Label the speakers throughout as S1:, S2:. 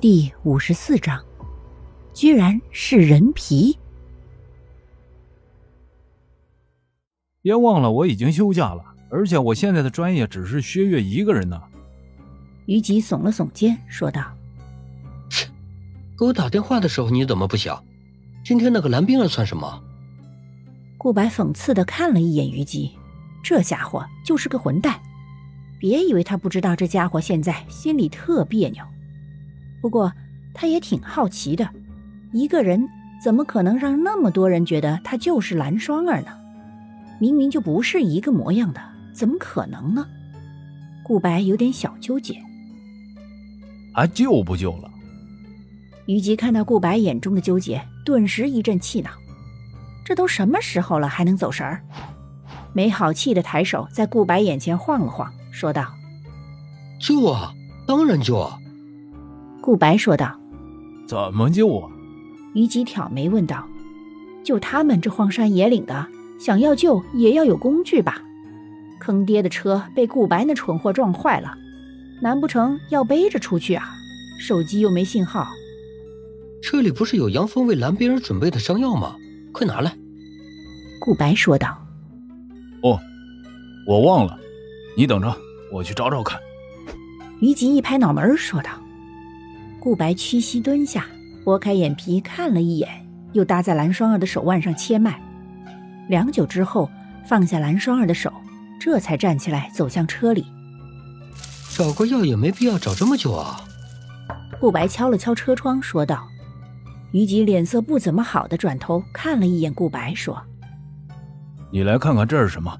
S1: 第五十四章，居然是人皮！
S2: 别忘了，我已经休假了，而且我现在的专业只是薛岳一个人呢。
S1: 于吉耸了耸肩，说道：“
S3: 切，给我打电话的时候你怎么不响？今天那个蓝冰儿算什么？”
S1: 顾白讽刺的看了一眼于吉，这家伙就是个混蛋。别以为他不知道，这家伙现在心里特别扭。不过他也挺好奇的，一个人怎么可能让那么多人觉得他就是蓝双儿呢？明明就不是一个模样的，怎么可能呢？顾白有点小纠结。
S2: 还救不救了？
S1: 于吉看到顾白眼中的纠结，顿时一阵气恼。这都什么时候了，还能走神儿？没好气的抬手在顾白眼前晃了晃，说道：“
S3: 救啊，当然救啊。”
S1: 顾白说道：“
S2: 怎么救啊？”
S1: 于吉挑眉问道：“就他们这荒山野岭的，想要救也要有工具吧？坑爹的车被顾白那蠢货撞坏了，难不成要背着出去啊？手机又没信号。
S3: 这里不是有杨峰为蓝冰儿准备的伤药吗？快拿来！”
S1: 顾白说道。
S2: 哦，我忘了，你等着，我去找找看。
S1: 于吉一拍脑门说道。顾白屈膝蹲下，拨开眼皮看了一眼，又搭在蓝双儿的手腕上切脉。良久之后，放下蓝双儿的手，这才站起来走向车里。
S3: 找过药也没必要找这么久啊！
S1: 顾白敲了敲车窗说道。于吉脸色不怎么好的转头看了一眼顾白，说。
S2: 你来看看这是什么？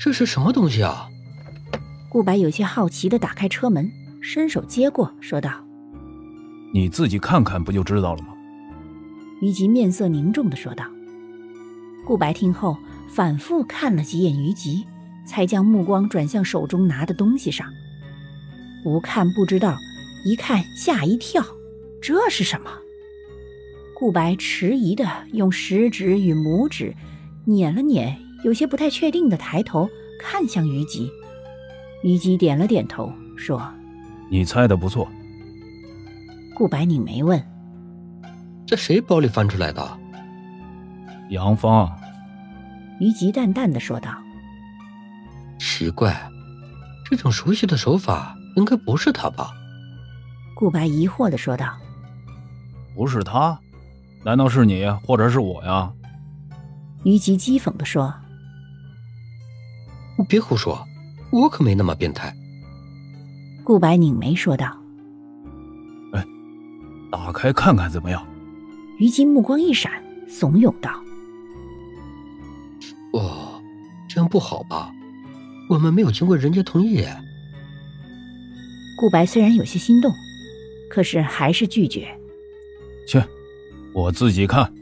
S3: 这是什么东西啊？
S1: 顾白有些好奇的打开车门，伸手接过，说道：“
S2: 你自己看看不就知道了吗？”
S1: 于吉面色凝重的说道。顾白听后反复看了几眼于吉，才将目光转向手中拿的东西上。不看不知道，一看吓一跳，这是什么？顾白迟疑的用食指与拇指。捻了捻，有些不太确定的抬头看向于吉，于吉点了点头，说：“
S2: 你猜的不错。”
S1: 顾白拧眉问：“
S3: 这谁包里翻出来的？”
S2: 杨芳。
S1: 于吉淡淡的说道：“
S3: 奇怪，这种熟悉的手法应该不是他吧？”
S1: 顾白疑惑的说道：“
S2: 不是他，难道是你或者是我呀？”
S1: 于吉讥讽地说：“
S3: 别胡说，我可没那么变态。”
S1: 顾白拧眉说道：“
S2: 哎，打开看看怎么样？”
S1: 于吉目光一闪，怂恿道：“
S3: 哦，这样不好吧？我们没有经过人家同意。”
S1: 顾白虽然有些心动，可是还是拒绝。
S2: 去，我自己看。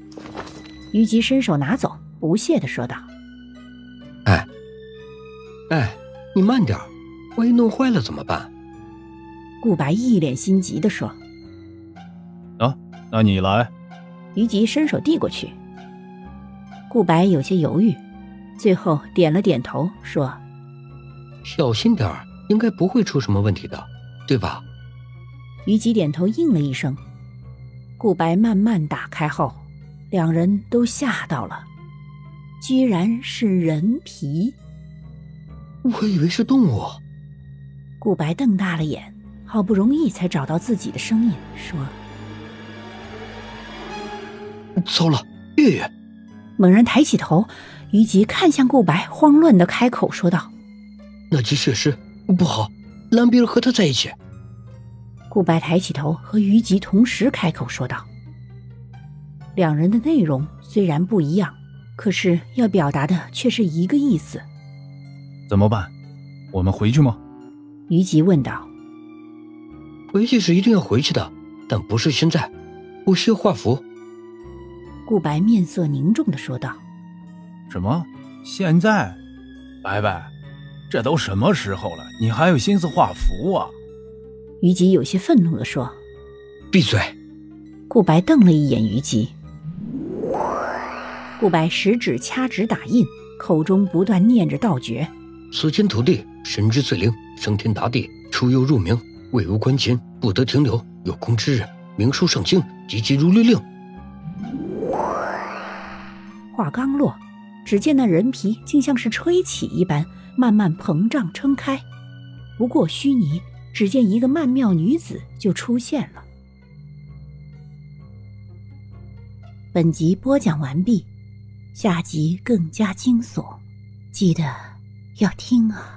S1: 于吉伸手拿走。不屑的说道：“
S3: 哎，哎，你慢点万一弄坏了怎么办？”
S1: 顾白一脸心急的说：“
S2: 啊，那你来。”
S1: 于吉伸手递过去。顾白有些犹豫，最后点了点头，说：“
S3: 小心点儿，应该不会出什么问题的，对吧？”
S1: 于吉点头应了一声。顾白慢慢打开后，两人都吓到了。居然是人皮！
S3: 我以为是动物。
S1: 顾白瞪大了眼，好不容易才找到自己的声音，说：“
S3: 糟了，月月！”
S1: 猛然抬起头，于吉看向顾白，慌乱的开口说道：“
S3: 那具血尸不好，蓝冰儿和他在一起。”
S1: 顾白抬起头，和于吉同时开口说道：“两人的内容虽然不一样。”可是要表达的却是一个意思，
S2: 怎么办？我们回去吗？
S1: 于吉问道。
S3: 回去是一定要回去的，但不是现在，我需要画符。
S1: 顾白面色凝重的说道。
S2: 什么？现在？白白，这都什么时候了，你还有心思画符啊？
S1: 于吉有些愤怒的说。
S3: 闭嘴！
S1: 顾白瞪了一眼于吉。顾白食指掐指打印，口中不断念着道诀：“
S3: 此间土地，神之最灵，升天达地，出幽入冥，位无关前，不得停留，有功之人，明书上清，急急如律令。
S1: 话刚落，只见那人皮竟像是吹起一般，慢慢膨胀撑开。不过须弥，只见一个曼妙女子就出现了。本集播讲完毕，下集更加惊悚，记得要听啊！